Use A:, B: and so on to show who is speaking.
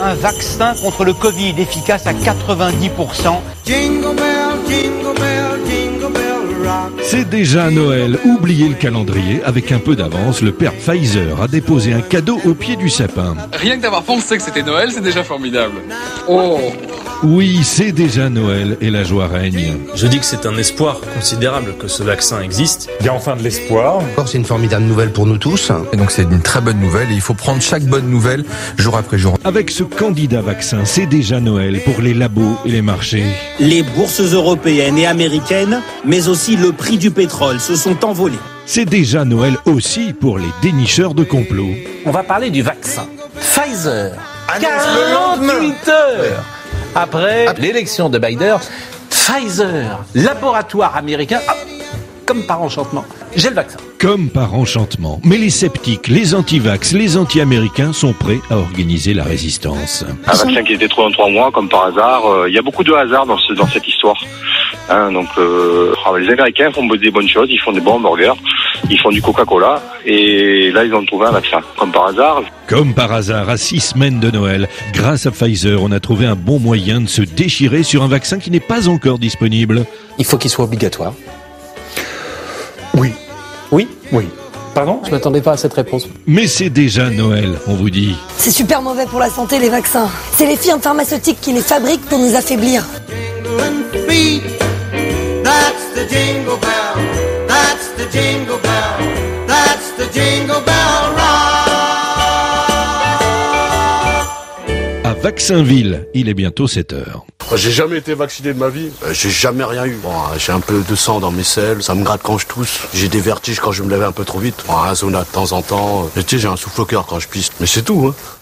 A: un vaccin contre le Covid efficace à 90%.
B: Jingle bell, jingle bell, jingle bell rock.
C: C'est déjà Noël, oubliez le calendrier. Avec un peu d'avance, le père Pfizer a déposé un cadeau au pied du sapin.
D: Rien que d'avoir pensé que c'était Noël, c'est déjà formidable. Oh
C: Oui, c'est déjà Noël et la joie règne.
E: Je dis que c'est un espoir considérable que ce vaccin existe.
F: Il y a enfin de l'espoir.
G: Encore, c'est une formidable nouvelle pour nous tous.
H: Et donc c'est une très bonne nouvelle et il faut prendre chaque bonne nouvelle jour après jour.
C: Avec ce candidat vaccin, c'est déjà Noël pour les labos et les marchés.
I: Les bourses européennes et américaines, mais aussi le prix du pétrole, se sont envolés.
C: C'est déjà Noël aussi pour les dénicheurs de complots.
J: On va parler du vaccin. Pfizer, 48 heures après l'élection de Biden, Pfizer, laboratoire américain, hop, comme par enchantement, j'ai le vaccin.
C: Comme par enchantement. Mais les sceptiques, les antivax, les anti-américains sont prêts à organiser la résistance.
K: Un vaccin qui a été trouvé en trois mois, comme par hasard. Euh, Il y a beaucoup de hasard dans, ce- dans cette histoire. Hein, donc, euh, ah, les Américains font des bonnes choses, ils font des bons hamburgers, ils font du Coca-Cola, et là, ils ont trouvé un vaccin. Comme par hasard,
C: Comme par hasard, à six semaines de Noël, grâce à Pfizer, on a trouvé un bon moyen de se déchirer sur un vaccin qui n'est pas encore disponible.
J: Il faut qu'il soit obligatoire.
F: Oui.
J: Oui
F: Oui. Pardon
J: Je m'attendais pas à cette réponse.
C: Mais c'est déjà Noël, on vous dit.
L: C'est super mauvais pour la santé, les vaccins. C'est les firmes pharmaceutiques qui les fabriquent pour nous affaiblir.
B: Jingling feet. That's the jingle bell. That's the jingle bell. That's the jingle bell rock.
C: À Vaccinville, il est bientôt 7 heures.
M: J'ai jamais été vacciné de ma vie. J'ai jamais rien eu. Bon, hein, j'ai un peu de sang dans mes selles, ça me gratte quand je tousse. J'ai des vertiges quand je me lève un peu trop vite. Bon, un zona de temps en temps. Mais tu sais, j'ai un souffle au cœur quand je pisse. Mais c'est tout. Hein.